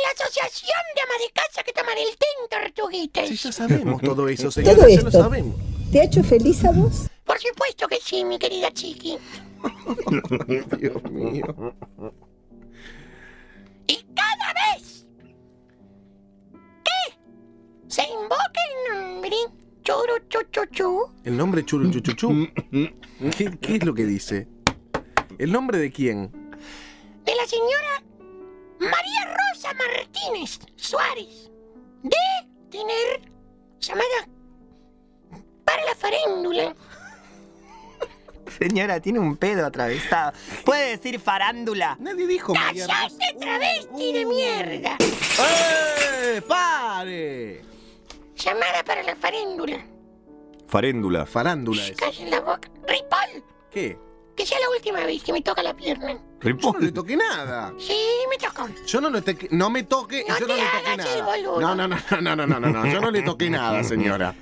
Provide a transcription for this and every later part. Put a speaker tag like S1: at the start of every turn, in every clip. S1: obligación de ama de casa que tomar el té en tortuguitas.
S2: Sí, ya sabemos todo eso, señora,
S3: Todo
S2: ya lo
S3: esto.
S2: sabemos.
S3: ¿Te ha hecho feliz a vos?
S1: Por supuesto que sí, mi querida Chiqui.
S2: Dios mío.
S1: Y cada vez que se invoca el nombre churu chu chu chu,
S2: El nombre Churuchuchuchu. ¿Qué, ¿Qué es lo que dice? ¿El nombre de quién?
S1: de la señora María Rosa Martínez Suárez de tener llamada para la farándula.
S4: Señora, tiene un pedo atravesado. Puede decir farándula.
S2: Nadie dijo María Rosa.
S1: ¡Cállate, travesti de mierda!
S2: ¡Eh! ¡Pare!
S1: Llamada para la farándula.
S5: Faréndula.
S2: Farándula es.
S1: Calla la boca. Ripoll,
S2: ¿Qué?
S1: que sea la última vez que me toca la pierna.
S2: Yo no le
S5: Ripoll.
S2: toqué nada.
S1: Sí, me tocó.
S2: Yo no, le toqué- no me toque y
S1: No
S2: yo no
S1: te
S2: le toqué
S1: hagas el
S2: nada.
S1: boludo.
S2: No, no, no, no, no, no, no, no, Yo no le toqué nada, señora.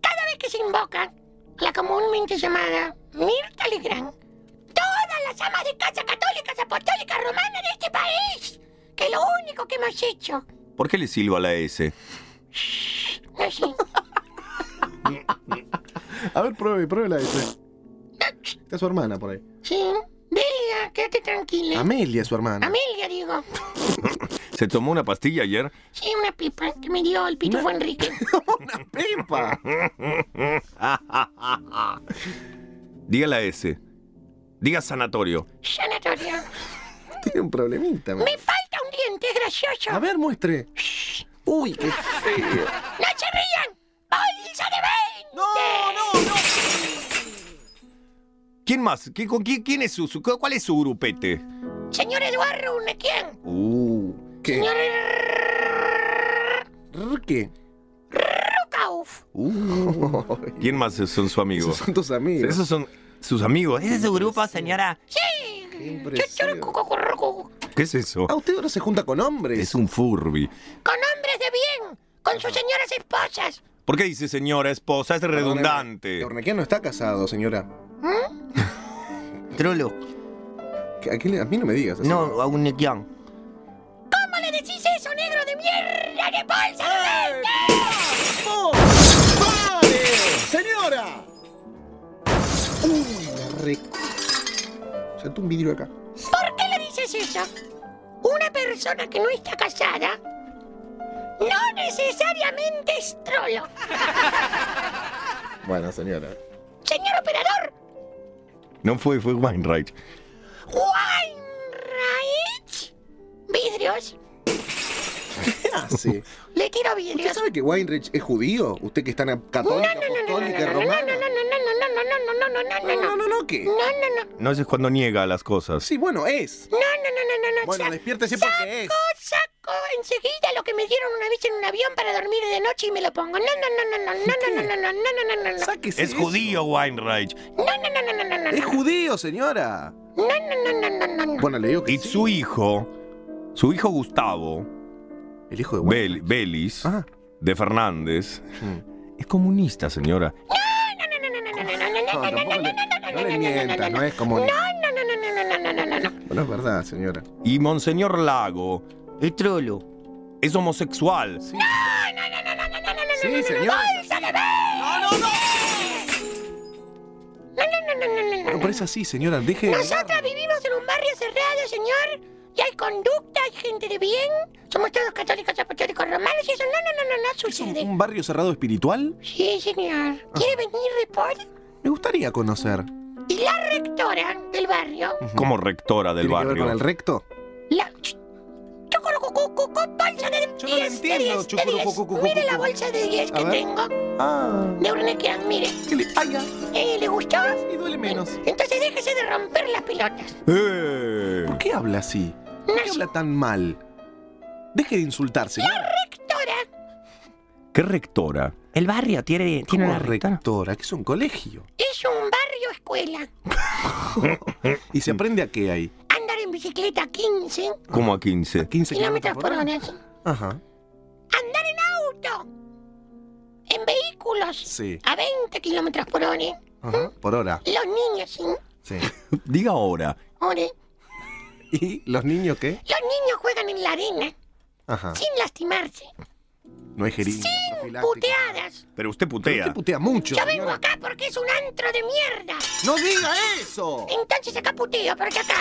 S1: Cada vez que se invoca la comúnmente llamada Mirta Legrand, todas las amas de casa católicas, apostólicas, romanas de este país, que lo único que hemos hecho,
S5: ¿Por qué le silba la S?
S1: no sé,
S2: A ver, pruebe, pruebe la de Está su hermana por ahí.
S1: sí, Delia, quédate tranquila.
S2: Amelia, su hermana.
S1: Amelia, digo.
S5: ¿Se tomó una pastilla ayer?
S1: Sí, una pipa que me dio el pitufo Enrique.
S2: ¡Una pepa!
S5: Diga la S. Diga sanatorio.
S1: Sanatorio.
S2: Tiene un problemita. me-
S1: Me falta un diente, es gracioso.
S2: A ver, muestre. Uy, qué feo.
S1: ¡No se rían! ¡Bolsa de 20! ¡No, no!
S5: ¿Quién más? ¿Qui- con ¿Quién, quién es su, su- ¿Cuál es su grupete?
S1: Señor Eduardo, ¿una quién?
S2: Uh, ¿qué?
S1: Señor
S2: R- ¿Qué?
S1: Rucauf.
S2: Uh,
S5: ¿Quién más son su amigo?
S2: esos son tus amigos.
S5: Esos son sus amigos.
S4: ¿Ese es su grupo, señora?
S1: Sí.
S2: impresión.
S1: Chuchurucucucurucu.
S5: ¿Qué es eso?
S2: Ah, usted ahora se junta con hombres.
S5: Es un furby.
S1: Con hombres de bien, con sus señoras esposas.
S5: ¿Por qué dice señora, esposa? Es
S2: Perdóneme,
S5: redundante.
S2: Tornequian no está casado, señora.
S4: Trolo.
S2: ¿Qué- ¿A, qué le- a mí no me digas así.
S4: No, a un guión.
S1: ¿Cómo le decís eso, negro de mierda de bolsa de 20?
S2: ¡Pare! ¡Señora! ¡Uy, la reco! Saltó un vidrio acá.
S1: ¿Por qué le dices eso? Una persona que no está casada no necesariamente es trolo.
S2: Bueno, señora.
S1: Señor operador,
S5: No fue, fue Wainwright.
S1: Weinreich. Vidrios.
S2: ¿Qué hace?
S1: Le tiro
S2: ¿Usted
S1: vidrios.
S2: sabe que Weinreich es judío? ¿Usted que es tan católica, apostólica, romana? No, no, no, ¿qué?
S5: No eso es cuando niega las cosas.
S2: Sí, bueno, es. Bueno, despiértese porque es.
S1: Saco enseguida lo que me dieron una vez en un avión para dormir de noche y me lo pongo. No, no, no, no, no, no, no, no, no, no, no, no, no.
S2: Sáquese
S5: Es
S2: eso.
S5: judío Weinreich.
S1: No, no, no, no, no, no, no.
S2: Es judío, señora.
S1: No, no, no, no, no, no.
S2: Bueno, le digo que
S5: Y
S2: sí.
S5: su hijo, su hijo Gustavo,
S2: El hijo de
S5: Bel-
S2: Weinreich.
S5: Belis,
S2: Ah.
S5: de Fernández,
S2: Mm.
S5: es comunista, señora.
S2: No, tampoco le, no le mienta, no es como... Bueno, es verdad, señora.
S5: Y Monseñor Lago
S4: Es trolo.
S5: es homosexual.
S2: Sí, señora. No, pero es así, señora. Deje... de
S1: Nosotros
S2: hablar.
S1: vivimos en un barrio cerrado, señor. Y hay conducta, hay gente de bien. Somos todos católicos, apostólicos, romanos. Y eso no, no, no, no, no sucede.
S2: ¿Un barrio cerrado espiritual?
S1: Sí, señor. ¿Quiere venir, Ripoll?
S2: Me gustaría conocer.
S1: Y la rectora del barrio.
S5: Como rectora del
S2: ¿Tiene que ver con el
S5: barrio.
S2: recto?
S1: La. Chucurucucucucu, bolsa de 10.
S2: Yo no lo
S1: de 10,
S2: entiendo,
S1: de 10.
S2: chucurucucucucucu.
S1: Mire la bolsa de 10
S2: A
S1: que
S2: ver.
S1: tengo.
S2: Ah,
S1: De Urnequian, mire.
S2: que le falla
S1: ¿Eh, ¿Le gustó?
S2: y duele menos.
S1: Entonces déjese de romper las pelotas.
S5: ¡Eh!
S2: ¿Por qué habla así?
S1: No,
S2: ¿Por qué habla tan mal? Deje de insultarse. señora.
S1: rectora
S5: ¿Qué rectora?
S4: El barrio tiene,
S2: ¿Cómo
S4: tiene una rectora.
S2: rectora, que es un colegio.
S1: es un barrio escuela.
S2: ¿Y
S5: Mm.
S2: se aprende a qué ahí?
S1: Andar en bicicleta 15
S5: Como a 15.
S2: 15
S1: kilómetros por hora.
S2: Ajá.
S1: Andar en auto. En vehículos.
S2: Sí.
S1: A 20 kilómetros por hora.
S2: Ajá. Por hora.
S1: Los niños, ¿sí?
S2: Sí.
S5: Diga ahora.
S1: Ore.
S2: ¿Y los niños qué?
S1: Los niños juegan en en la arena,
S2: Ajá.
S1: sin lastimarse,
S2: No hay jeringa.
S1: sin
S2: profiláctica.
S1: puteadas.
S5: Pero usted putea.
S2: Pero usted putea mucho.
S1: Yo vengo
S2: señora.
S1: acá porque es un antro de mierda.
S2: ¡No diga eso!
S1: Entonces acá puteo, porque acá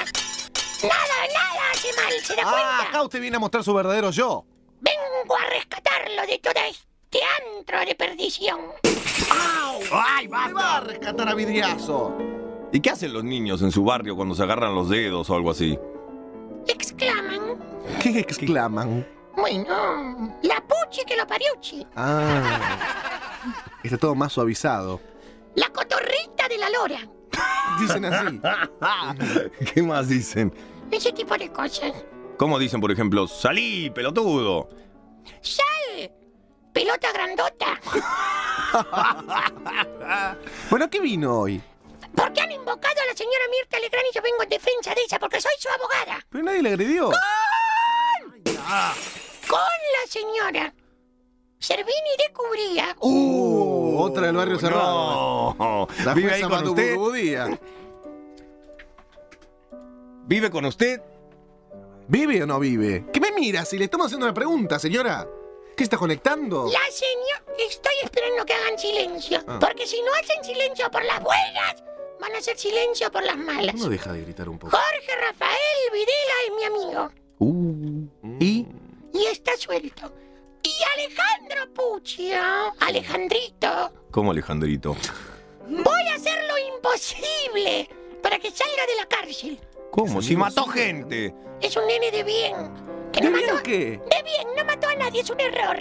S1: nada, nada hace mal, ¿se da
S2: Ah,
S1: cuenta?
S2: acá usted viene a mostrar su verdadero yo.
S1: Vengo a rescatarlo de todo este antro de perdición.
S5: ¡Ay,
S2: Me va a
S5: basta!
S2: rescatar a vidriazo!
S5: ¿Y qué hacen los niños en su barrio cuando se agarran los dedos o algo así?
S1: Exclaman,
S2: ¿Qué exclaman?
S1: bueno, la puchi que lo pariuchi,
S2: Ah. Está todo más suavizado.
S1: la cotorrita de la lora,
S2: Dicen así.
S5: ¿Qué más dicen?
S1: ese tipo de cosas.
S5: ¿Cómo dicen, por ejemplo, salí, pelotudo?
S1: ¡Sal! Pelota grandota.
S2: Bueno, ¿qué vino hoy?
S1: ¿Por qué han invocado a la señora Mirta Legrand y yo vengo en defensa de ella? Porque soy su abogada.
S2: Pero nadie le agredió.
S1: Con la señora Servini de Cubría.
S2: ¡Uh! Otra del barrio cerrado.
S5: No.
S2: La
S5: Vive ahí
S2: jueza
S5: con usted.
S2: Matubudía.
S5: Vive con usted.
S2: ¿Vive o no vive? ¿Qué me mira si le estamos haciendo una pregunta, señora? ¿Qué está conectando?
S1: La señora... Estoy esperando que hagan silencio.
S2: Ah.
S1: Porque si no hacen silencio por las buenas, van a hacer silencio por las malas.
S2: No deja de gritar un poco.
S1: Jorge Rafael Videla es mi amigo.
S2: ¿Y?
S1: Y está suelto. Y Alejandro Puccio, Alejandrito,
S5: ¿Cómo, Alejandrito?
S1: Voy a hacer lo imposible para que salga de la cárcel.
S5: ¿Cómo? Si mató gente.
S1: Es un nene de bien. Que
S2: ¿De
S1: no
S2: bien
S1: mató,
S2: qué?
S1: De bien, no mató a nadie, es un error.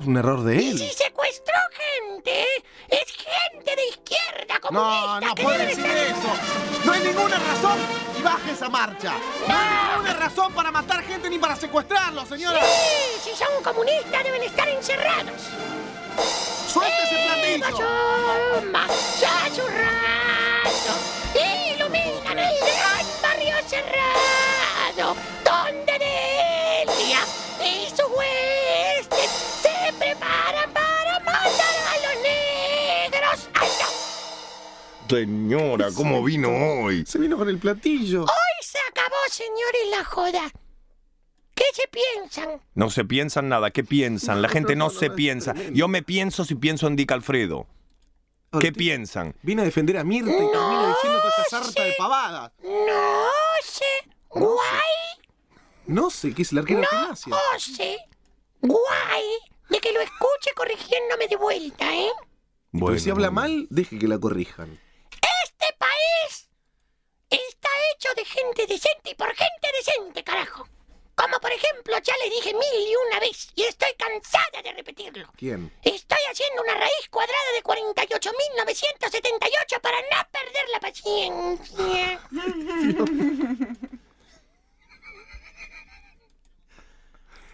S2: Es un error de
S1: Y
S2: él.
S1: si secuestró gente, es gente de izquierda comunista.
S2: No, no
S1: que
S2: puede
S1: debe
S2: decir
S1: estar-
S2: eso. No hay ninguna razón y baje esa marcha. No hay ninguna razón para matar gente ni para secuestrarlo, señora.
S1: Sí, si son comunistas deben estar encerrados.
S2: Suelte ese
S1: ¡Viva
S2: platillo.
S1: Soma! ¡Susurrando! ¡Iluminan el gran barrio cerrado! Donde Delia y su huestes se preparan para matar a los negros. ¡Ay, no!
S5: Señora, ¿cómo vino hoy?
S2: Se vino con el platillo.
S1: Hoy se acabó, señores, la joda. ¿Qué se piensan?
S5: No se piensan nada. ¿Qué piensan? La
S2: No,
S5: gente
S2: no,
S5: no
S2: no,
S5: se
S2: no, es
S5: piensa.
S2: tremendo.
S5: Yo me pienso si pienso en Dick Alfredo. ¿Qué piensan?
S2: Vino a defender a Mirta y termina diciendo toda esta sarta de pavadas.
S1: No sé, guay,
S2: No sé qué es la arquera de gimnasia.
S1: o sé, guay, de que lo escuche corrigiéndome de vuelta, ¿eh?
S2: Pero si habla mal, deje que la corrijan.
S1: Este país está hecho de gente decente y por gente decente, carajo. Como por ejemplo, ya le dije mil y una vez y estoy cansada de repetirlo.
S2: ¿Quién?
S1: Estoy haciendo una raíz cuadrada de 48.978 para no perder la paciencia.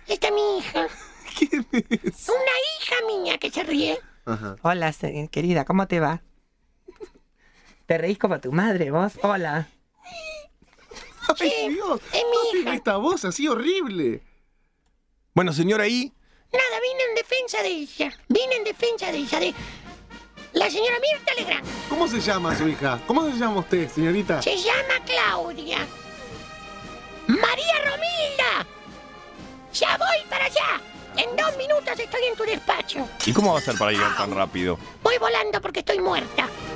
S1: Está mi hija.
S2: ¿Quién es?
S1: Una hija mía que se ríe.
S2: Ajá.
S4: Hola, se- querida, ¿cómo te va? Te reís como tu madre, vos. Hola.
S2: Ay, Dios.
S1: es mi
S2: No tiene
S1: hija.
S2: esta voz así horrible.
S5: Bueno, señora, ahí.
S1: Nada, vine en defensa de ella. Vine en defensa de ella. De... La señora Mirta Legrand
S2: ¿Cómo se llama su hija? ¿Cómo se llama usted, señorita?
S1: se llama Claudia. María Romilda. Ya voy para allá. En dos minutos estoy en tu despacho.
S2: Ah.
S5: ¿Y cómo va a ser para llegar tan rápido?
S1: Voy volando porque estoy muerta.